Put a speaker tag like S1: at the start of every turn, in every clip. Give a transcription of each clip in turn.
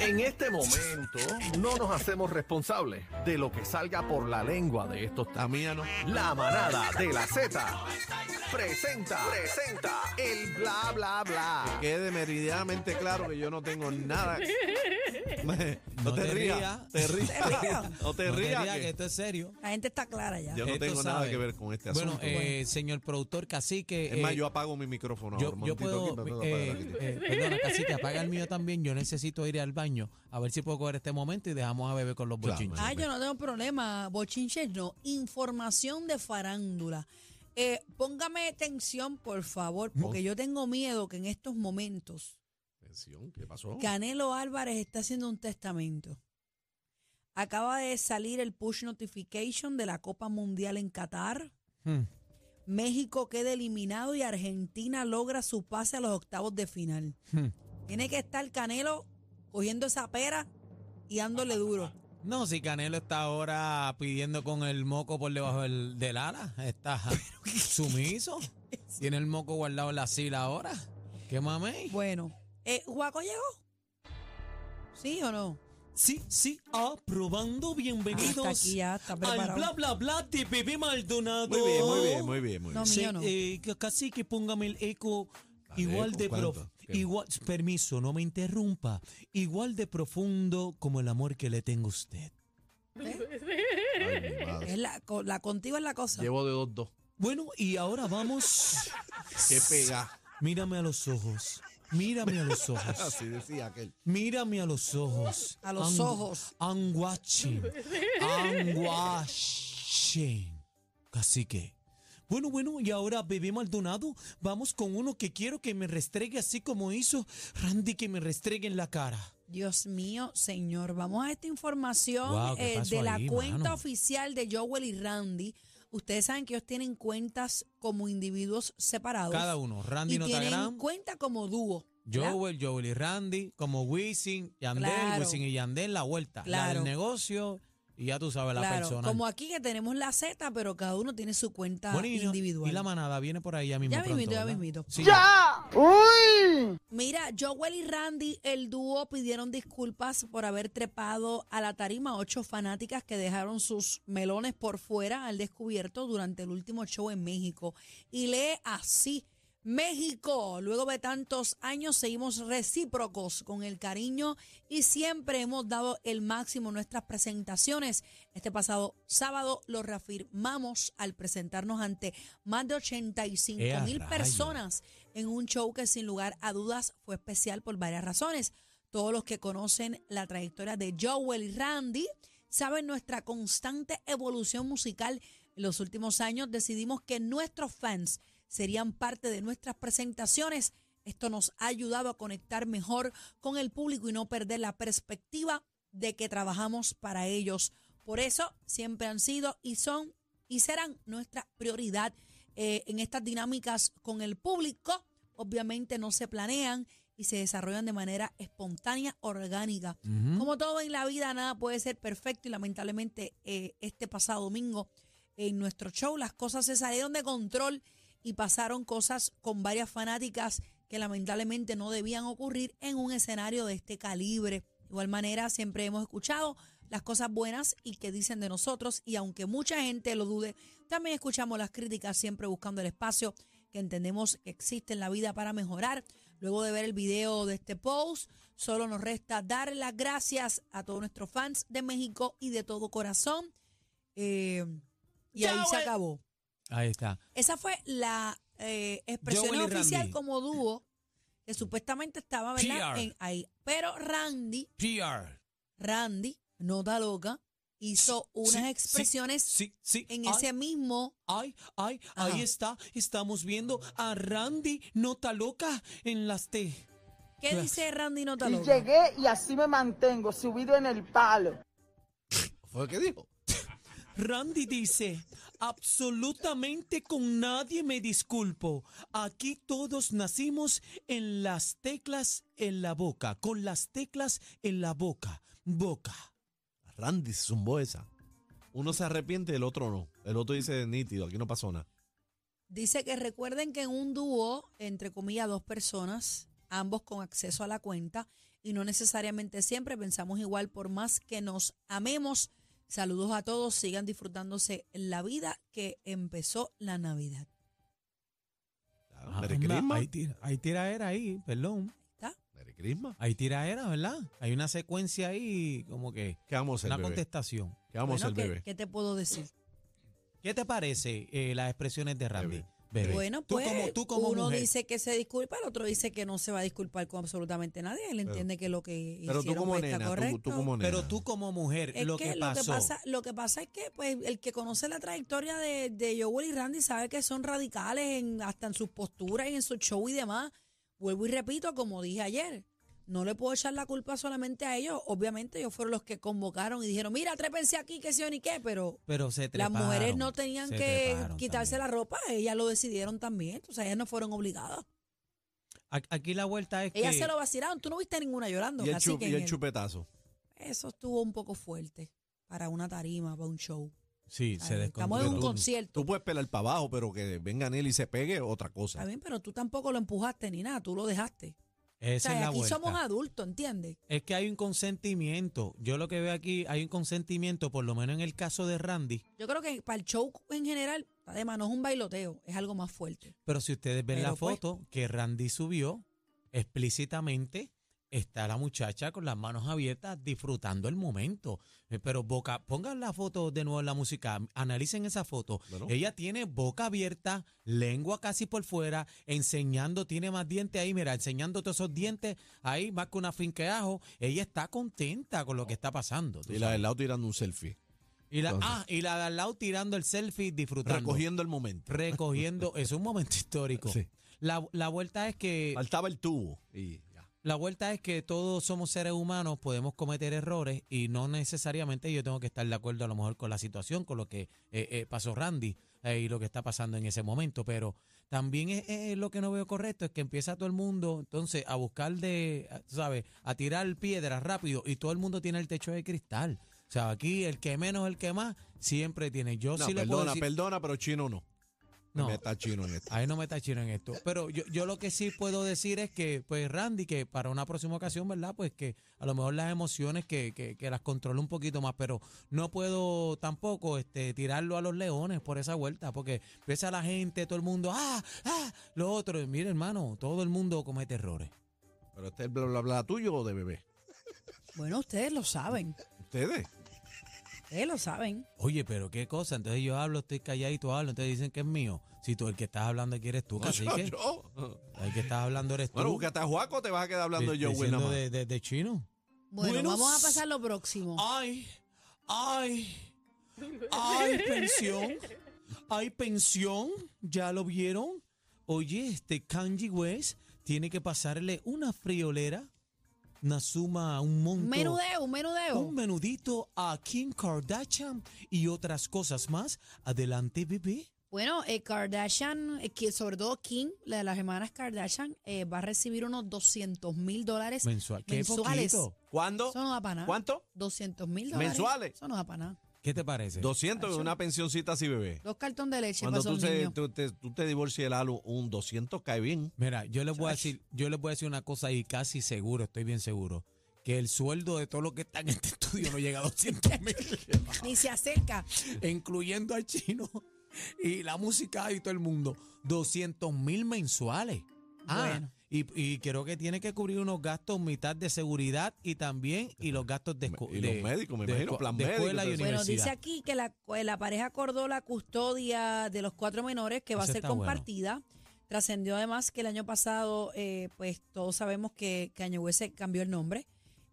S1: En este momento no nos hacemos responsables de lo que salga por la lengua de estos
S2: La mía no.
S1: La manada de la Z presenta, presenta el bla bla bla.
S3: quede meridianamente claro que yo no tengo nada. No, te,
S2: te
S3: rías,
S2: rías.
S3: te rías,
S4: rías.
S3: no te
S2: No te
S3: rías.
S2: digas
S3: que
S2: que esto es serio.
S4: La gente está clara ya.
S3: yo no
S2: Esto
S3: tengo
S2: sabe.
S3: nada que ver con este
S2: Bueno,
S3: asunto.
S2: eh, señor productor, cacique.
S3: es más,
S2: eh,
S3: yo apago mi micrófono.
S2: yo,
S3: ahora, un
S2: yo
S3: momentito
S2: puedo.
S3: aquí, me puedo
S2: eh,
S3: apagar aquí.
S2: eh, perdona, cacique, apaga el mío también. Yo necesito ir al baño. A ver si puedo coger este momento y dejamos a bebé con los
S3: Claro.
S2: bochinches.
S4: Ah, yo no tengo problema, bochinches no. Información de farándula. Eh, póngame tensión, por favor, porque yo tengo miedo que en estos momentos
S3: Atención, ¿Qué pasó?
S4: Canelo Álvarez está haciendo un testamento. Acaba de salir el push notification de la Copa Mundial en Qatar.
S2: Hmm.
S4: México queda eliminado y Argentina logra su pase a los octavos de final.
S2: Hmm.
S4: Tiene que estar Canelo cogiendo esa pera y dándole duro.
S2: No, si Canelo está ahora pidiendo con el moco por debajo del, del ala, está sumiso. Tiene el moco guardado en la sila ahora. ¿Qué mamey?
S4: Bueno, eh, ¿Juaco llegó? ¿Sí o no?
S2: Sí, sí, aprobando. Bienvenidos
S4: Hasta aquí ya Ah, está
S2: al
S4: preparado.
S2: bla bla bla de Bebé Maldonado.
S3: Muy bien, muy bien, muy bien. Muy
S4: No,
S3: bien.
S4: mío no.
S2: eh, ca- casi que póngame el eco
S3: Dale,
S2: igual
S3: eco,
S2: de
S3: ¿cuánto?
S2: prof-
S3: ¿Qué?
S2: igual permiso, no me interrumpa, igual de profundo como el amor que le tengo a usted.
S3: Ay, mi madre.
S2: pues
S4: Es la, co- la contigo es la cosa.
S3: Llevo de dos, dos.
S2: Bueno, y ahora vamos.
S3: Qué pega.
S2: Mírame a los ojos. Mírame a los ojos.
S3: Así decía aquel.
S2: Mírame a los ojos.
S4: A los
S2: I'm-
S4: ojos.
S2: I'm watching. I'm watching. Cacique. Bueno, bueno, y ahora, bebé Maldonado, vamos con uno que quiero que me restregue así como hizo Randy, que me restregue en la cara.
S4: Dios mío, señor. Vamos a esta información
S2: Guau, ¿qué
S4: eh,
S2: pasó
S4: de la
S2: ahí,
S4: cuenta
S2: mano?
S4: oficial de Joel y Randy. Ustedes saben que ellos tienen cuentas como individuos separados.
S2: Cada uno, Randy
S4: Y
S2: Notagram,
S4: tienen cuenta como dúo. ¿verdad?
S2: Joel, Joel y Randy, como Wisin, Yandel,
S4: Claro.
S2: Wisin y Yandel, la vuelta, la
S4: Claro.
S2: del negocio, y ya tú sabes, la
S4: claro,
S2: persona.
S4: como aquí que tenemos la Z, pero cada uno tiene su cuenta
S2: Bueno, y, no-
S4: individual.
S2: y la manada viene por ahí ya mismo.
S4: Ya
S2: pronto,
S4: mismito, ya
S2: ¿verdad?
S4: mismito.
S2: Sí,
S4: Mira, Joel y Randy, el dúo, pidieron disculpas por haber trepado a la tarima a ocho fanáticas que dejaron sus melones por fuera al descubierto durante el último show en México. Y lee así. México, luego de tantos años seguimos recíprocos con el cariño y siempre hemos dado el máximo en nuestras presentaciones. Este pasado sábado lo reafirmamos al presentarnos ante más de 85
S2: ¡Eh, a
S4: mil
S2: rayos!
S4: personas en un show que sin lugar a dudas fue especial por varias razones. Todos los que conocen la trayectoria de Joel y Randy saben nuestra constante evolución musical. En los últimos años decidimos que nuestros fans serían parte de nuestras presentaciones. Esto nos ha ayudado a conectar mejor con el público y no perder la perspectiva de que trabajamos para ellos. Por eso siempre han sido y son y serán nuestra prioridad eh, en estas dinámicas con el público. Obviamente no se planean y se desarrollan de manera espontánea, orgánica. Como todo en la vida, nada puede ser perfecto y lamentablemente eh, este pasado domingo en nuestro show las cosas se salieron de control y pasaron cosas con varias fanáticas que lamentablemente no debían ocurrir en un escenario de este calibre. De igual manera, siempre hemos escuchado las cosas buenas y que dicen de nosotros y aunque mucha gente lo dude, también escuchamos las críticas siempre buscando el espacio que entendemos que existe en la vida para mejorar. Luego de ver el video de este post, solo nos resta dar las gracias a todos nuestros fans de México y de todo corazón. Eh, y ahí se acabó.
S2: Ahí está.
S4: Esa fue la eh, expresión
S2: Joel y
S4: oficial
S2: Randy.
S4: como dúo que supuestamente estaba, ¿verdad?
S2: PR.
S4: En ahí. Pero Randy,
S2: PR.
S4: Randy, nota loca, hizo unas
S2: sí,
S4: expresiones
S2: Sí, sí.
S4: en
S2: ay,
S4: ese mismo.
S2: Ay, ay,
S4: Ajá.
S2: ahí está. Estamos viendo a Randy Nota Loca en las T.
S4: ¿Qué
S2: Claro.
S4: dice Randy nota
S5: Y
S4: loca?
S5: llegué y así me mantengo, subido en el palo.
S3: ¿Fue lo que dijo?
S2: Randy dice, absolutamente con nadie me disculpo. Aquí todos nacimos en las teclas en la boca, con las teclas en la boca, boca.
S3: Randy se zumbó esa. Uno se arrepiente, el otro no. El otro dice nítido, aquí no pasó nada.
S4: Dice que recuerden que en un dúo, entre comillas, dos personas, ambos con acceso a la cuenta, y no necesariamente siempre pensamos igual por más que nos amemos. Saludos a todos, sigan disfrutándose la vida que empezó la Navidad.
S3: Ah, Merry Christmas.
S2: ahí, tira, ahí tira era ahí, perdón.
S3: Merry Christmas.
S2: Ahí tira era, ¿verdad? Hay una secuencia ahí como que
S3: ¿Qué vamos a
S2: una
S3: hacer, bebé?
S2: contestación.
S3: ¿Qué vamos a
S4: Bueno,
S3: hacer,
S4: ¿qué-
S3: bebé?
S4: ¿Qué te puedo decir?
S2: ¿Qué te parece eh, las expresiones de Randy?
S3: Bebé.
S2: Bebé.
S4: Bueno,
S2: Tú
S4: pues
S2: como- tú como
S4: uno
S2: mujer.
S4: dice que se disculpa, el otro dice que no se va a disculpar con absolutamente nadie. Él entiende que lo que
S3: Pero tú
S4: hicieron
S3: como
S4: pues, está
S3: nena, tú,
S4: correcto.
S3: tú como nena.
S2: Pero tú como mujer,
S4: es
S2: lo
S4: que,
S2: que,
S4: lo
S2: pasó.
S4: que pasa, lo que pasa es que pues el que conoce la trayectoria de, de Joel y Randy sabe que son radicales en, hasta en sus posturas y en su show y demás. Vuelvo y repito, como dije ayer, no le puedo echar la culpa solamente a ellos. Obviamente ellos fueron los que convocaron y dijeron, mira, trépense aquí, que sí o ni qué, pero
S2: pero se
S4: las
S2: treparon,
S4: mujeres no tenían
S2: se
S4: que
S2: treparon
S4: quitarse
S2: también.
S4: la ropa, ellas lo decidieron también, o sea, ellas no fueron obligadas.
S2: Ac- Aquí la vuelta es
S4: Ellas
S2: que...
S4: se lo vacilaron, tú no viste a ninguna llorando,
S3: y el,
S4: así
S3: chup-
S4: que
S3: y
S4: en
S3: el
S4: el-
S3: chupetazo.
S4: eso estuvo un poco fuerte para una tarima, para un show.
S2: Sí, se
S4: Estamos en un
S2: descontroló.
S4: concierto.
S3: Tú puedes pelar para abajo, pero que venga él y se pegue, otra
S4: Está
S3: cosa.
S4: bien, pero tú tampoco lo empujaste ni nada, tú lo dejaste. O
S2: Esa
S4: sea,
S2: es la
S4: aquí
S2: vuelta.
S4: somos adultos, ¿entiendes?
S2: Es que hay un consentimiento. Yo lo que veo aquí, hay un consentimiento, por lo menos en el caso de Randy.
S4: Yo creo que para el show en general, además no es un bailoteo, es algo más fuerte.
S2: Pero si ustedes ven
S4: Pero
S2: la
S4: pues-
S2: foto que Randy subió, explícitamente está la muchacha con las manos abiertas disfrutando el momento. Eh, Pero boca, pongan la foto de nuevo en la música, analicen esa foto.
S3: Bueno.
S2: Ella tiene boca abierta, lengua casi por fuera, enseñando, tiene más dientes ahí, mira, enseñando todos esos dientes ahí, más que una finca de ajo. Ella está contenta con lo que está pasando. tú
S3: Oh. Y la
S2: sabes.
S3: del lado tirando un selfie.
S2: Y la,
S3: entonces.
S2: ah, y la de al lado tirando el selfie, disfrutando.
S3: Recogiendo el momento.
S2: recogiendo. es un momento histórico.
S3: Sí.
S2: La, la vuelta es que
S3: Faltaba el tubo. Y ya.
S2: la vuelta es que todos somos seres humanos, podemos cometer errores y no necesariamente yo tengo que estar de acuerdo a lo mejor con la situación, con lo que eh, eh, pasó Randy eh, y lo que está pasando en ese momento, pero también es, es lo que no veo correcto es que empieza todo el mundo entonces a buscar de, a- ¿sabes? A tirar piedras rápido y todo el mundo tiene el techo de cristal. O sea, aquí el que menos, el que más, siempre tiene. Yo
S3: No,
S2: sí le puedo
S3: perdona,
S2: decir-
S3: perdona, pero chino no.
S2: No.
S3: Me Está chino en esto.
S2: Ahí no me está chino en esto. Pero yo, yo lo que sí puedo decir es que, pues, Randy, que para una próxima ocasión, ¿verdad? Pues que a lo mejor las emociones que, que, que las controle un poquito más, pero no puedo tampoco este, tirarlo a los leones por esa vuelta, porque ves a la gente, todo el mundo, ah, ah, lo otro. Y Mire, hermano, todo el mundo comete errores.
S3: Pero este es bla bla bla tuyo o de bebé.
S4: Bueno, ustedes lo saben,
S3: Ustedes.
S4: ustedes lo saben.
S2: Oye, pero qué cosa. Entonces yo hablo, estoy calladito, hablo, entonces dicen que es mío. Si tú el que estás hablando aquí eres tú,
S3: No, yo-
S2: cacique.
S3: yo.
S2: El que estás hablando eres tú.
S3: Bueno, búscate a Juaco, te vas a quedar hablando
S2: Di-
S3: yo, güey,
S2: diciendo
S3: nada más.
S2: de- de- de chino.
S4: Bueno,
S2: Bueno, Ah,
S4: vamos a pasar lo próximo.
S2: Ay, ay, ay, pensión. Ay, pensión. ¿Ya lo vieron? Oye, este Kanji West tiene que pasarle una friolera, una suma, un monto.
S4: un menudeo, un menudeo.
S2: Un menudito a Kim Kardashian y otras cosas más. Adelante, bebé.
S4: Bueno, eh, Kardashian, eh, que sobre todo Kim, la de las hermanas Kardashian, eh, va a recibir unos 200 mil dólares
S2: Mensual. Qué
S4: mensuales.
S2: poquito.
S3: ¿Cuándo?
S4: Eso no da para nada.
S3: ¿Cuánto?
S4: 200 mil dólares.
S3: ¿Mensuales?
S4: Eso no da para nada.
S2: ¿Qué te parece?
S3: 200 en
S4: Acho.
S3: una pensioncita así, bebé.
S4: Dos cartones de leche
S3: Cuando
S4: para
S3: tú,
S4: esos
S3: se-
S4: pues, niños.
S3: tú te, tú te divorcies el alu, un 200 cae bien.
S2: Mira, yo les voy a decir, yo les voy a decir una cosa y casi seguro, estoy bien seguro, que el sueldo de todos los que están en este estudio no llega a 200 mil.
S4: Ni se acerca.
S2: incluyendo al chino y la música y todo el mundo, 200 mil mensuales. Ah,
S4: Bueno.
S2: Y, y creo que tiene que cubrir unos gastos mitad de seguridad y también y los gastos de escu-
S3: Y los
S2: de-
S3: médicos, me
S2: de
S3: imagino,
S2: escu-
S3: plan
S2: de
S3: médico,
S2: escuela y
S3: entonces.
S4: Bueno, dice
S2: universidad.
S4: aquí que la, eh, la pareja acordó la custodia de los cuatro menores que va
S2: Eso
S4: a ser
S2: está bueno.
S4: compartida. Trascendió además que el año pasado, eh, pues todos sabemos que Kanye West se cambió el nombre.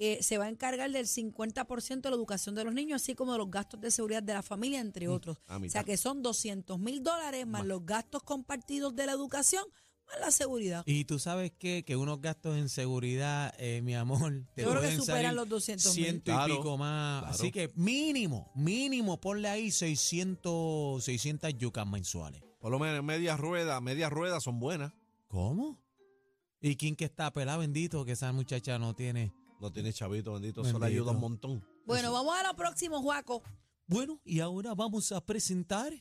S4: Eh, se va a encargar del 50% de la educación de los niños, así como de los gastos de seguridad de la familia,
S2: Mm,
S4: entre otros.
S3: a
S4: O
S3: mitad.
S4: sea que son 200 mil dólares más los gastos compartidos de la educación, más la seguridad.
S2: Y tú sabes qué? que unos gastos en seguridad, eh, mi amor, te
S4: Yo creo que
S2: pueden
S4: superan
S2: salir
S4: los 200.000.
S2: ciento y
S3: Claro,
S2: pico más.
S3: claro.
S2: Así que mínimo, mínimo, ponle ahí 600, 600 yucas mensuales.
S3: Por lo menos media rueda, media rueda son buenas.
S2: ¿Cómo? ¿Y quién que está pelado, bendito, que esa muchacha no tiene?
S3: No tiene chavito, bendito, eso le
S2: Bendito.
S3: ayuda un montón.
S4: Bueno, vamos a lo próximo, Juaco.
S2: Bueno, y ahora vamos a presentar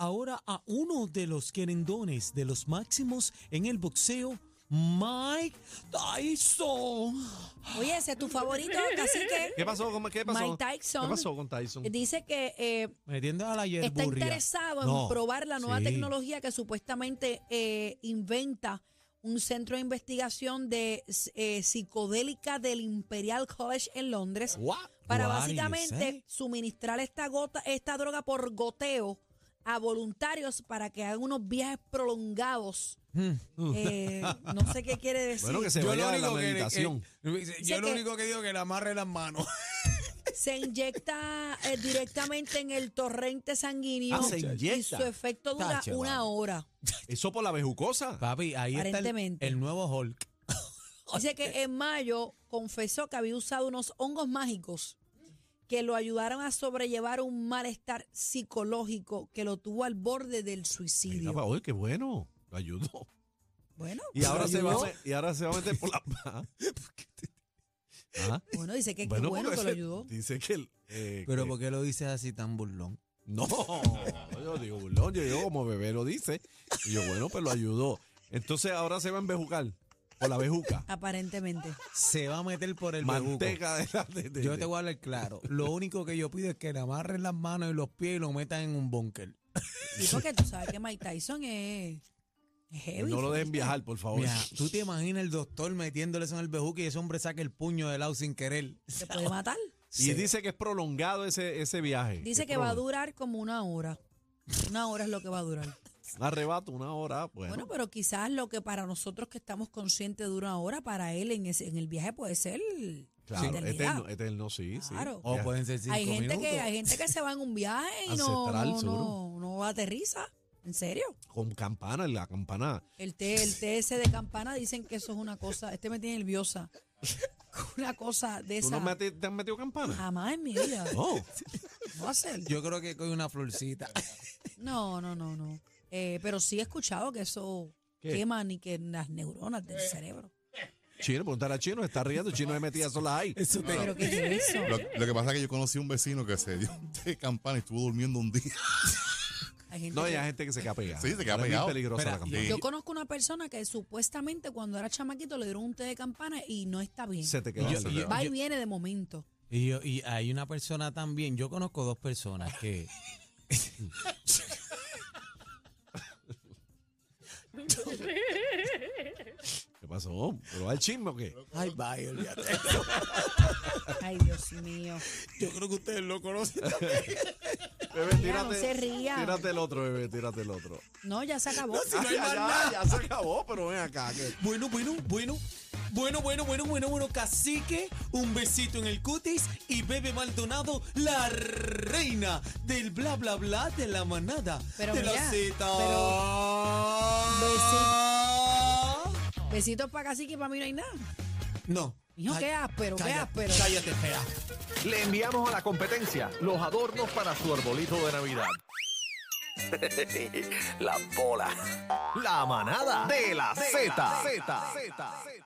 S2: ahora a uno de los querendones de los máximos en el boxeo, Mike Tyson.
S4: Oye, ese es tu favorito, cacique.
S3: ¿Qué pasó? con- ¿Qué pasó?
S4: Mike Tyson.
S3: ¿Qué pasó con Tyson?
S4: Dice que eh,
S2: Metiendo a la
S4: está
S2: yerburria.
S4: interesado en
S2: No,
S4: probar la nueva
S2: sí.
S4: tecnología que supuestamente eh, inventa un centro de investigación de eh, psicodélica del Imperial College en Londres
S2: What?
S4: para
S2: What do you
S4: básicamente
S3: ¿eh?
S2: say?
S4: suministrar esta gota, esta droga por goteo a voluntarios para que hagan unos viajes prolongados.
S2: Mm.
S4: Eh, no sé qué quiere decir.
S3: Bueno, Uh, que se vaya a la
S2: que- eh,
S3: meditación.
S2: que-
S4: Sé que-
S2: que digo que le amarre las manos.
S4: se inyecta eh, directamente en el torrente sanguíneo
S3: Ah, se
S4: y
S3: inyecta.
S4: su efecto dura
S2: Tache,
S4: una
S2: vale.
S4: hora.
S3: Eso por la bejucosa.
S2: Papi, ahí está el,
S4: Aparentemente.
S2: el nuevo Hulk.
S4: Dice que en mayo confesó que había usado unos hongos mágicos que lo ayudaron a sobrellevar un malestar psicológico que lo tuvo al borde del
S3: Mira,
S4: suicidio.
S3: pa- uy, qué bueno. Lo ayudó.
S4: bueno,
S3: Y
S4: lo
S3: ahora, se va a,
S4: ayudó.
S3: me- y ahora se va a meter por la. Ajá. Ajá.
S4: Bueno, dice que qué
S3: Bueno,
S4: bueno
S3: porque
S4: que lo
S3: se-
S4: ayudó.
S3: Dice que el. eh,
S2: Pero
S3: que-
S2: ¿por qué lo dices así tan burlón?
S3: No, yo digo burlón, yo digo como bebé lo dice. Y yo, bueno, pues lo ayudó. Entonces ahora se va a embejucar por la bejuca.
S4: Aparentemente.
S2: Se va a meter por el bejuco.
S3: Manteca de la. de- de-
S2: Yo te voy a hablar claro. Lo único que yo pido es que le amarren las manos y los pies y lo metan en un búnker.
S4: Sí, porque tú sabes que Mike Tyson es, es
S3: de-
S4: heavy.
S3: No lo dejen viajar, por favor.
S2: Mira, tú te imaginas el doctor metiéndole eso en el bejuco y ese hombre saca el puño del lado sin querer.
S4: Se puede matar.
S3: Y dice que es prolongado ese, ese viaje.
S4: Dice
S3: Es
S4: que va a
S3: prolongado.
S4: durar como una hora. Una hora es lo que va a durar.
S3: Un arrebato, una hora. Bueno,
S4: Bueno, pues, pero quizás lo que para nosotros que estamos conscientes de una hora, para él en, ese- en el viaje puede ser
S3: claro,
S4: eternidad.
S3: eterno, eterno, sí, pues, sí.
S4: Claro.
S2: O
S3: Ya.
S2: pueden ser cinco
S4: Hay gente,
S2: minutos.
S4: que, hay gente que se va en un viaje y no,
S3: Ancestral,
S4: no,
S3: seguro.
S4: no, no aterriza. ¿En serio?
S3: Con campana, la campana.
S4: El, T, el TS de campana dicen que eso es una cosa. Este me tiene nerviosa. Una cosa de
S3: ¿Tú
S4: esa.
S3: no meti- te has metido campana?
S4: Jamás en mi vida.
S3: No.
S4: No va a ser.
S2: Yo creo que con una florcita.
S4: No, no, no, no. Eh, pero sí he escuchado que eso
S3: ¿Qué? Eh.
S4: quema ni que las neuronas del cerebro.
S3: Chino, preguntar a Chino, está riendo. Chino me metía sola ahí.
S2: Eso te-
S4: Pero que es eso.
S6: Lo, lo que pasa es que yo conocí a un vecino que se dio un té de campana y estuvo durmiendo un día.
S4: Hay gente
S3: No, y
S4: que-
S3: hay gente que se queda pegada.
S6: Sí, se queda
S3: Ahora es bien
S6: pegado.
S3: peligrosa
S2: Espera,
S3: la campana.
S6: Sí.
S4: Yo conozco una persona que supuestamente cuando era chamaquito le dieron un té de campana y no está bien.
S3: Se te
S2: Y
S3: queda.
S2: yo-
S3: se
S2: y
S3: te
S2: yo-
S3: va.
S4: Va y viene de momento.
S2: Y, yo- y hay una persona también, yo conozco dos personas que...
S3: ¿Qué pasó? ¿Pero va el chisme o qué?
S2: Ay, vaya,
S4: Ay, Dios mío.
S2: Yo creo que ustedes lo conocen.
S3: Bebé,
S4: Mira, no se ría.
S3: Tírate el otro, bebé, tírate el otro.
S4: No, ya se acabó. Ah,
S3: Ay, ya, ya, ya se acabó, pero ven acá. que-
S2: Bueno, bueno, bueno. Bueno, bueno, bueno, bueno, bueno, cacique, un besito en el cutis y Bebe Maldonado, la reina del bla, bla, bla de la manada
S4: Pero
S2: de
S4: mira,
S2: la Zeta.
S4: Besitos para casi que para mí no hay nada.
S2: No.
S4: Hijo,
S2: Ay,
S4: qué áspero, qué
S2: cállate,
S4: áspero.
S2: Cállate, fea.
S1: Le enviamos a la competencia los adornos para su arbolito de Navidad. la bola. La manada de la Z. Z. Z.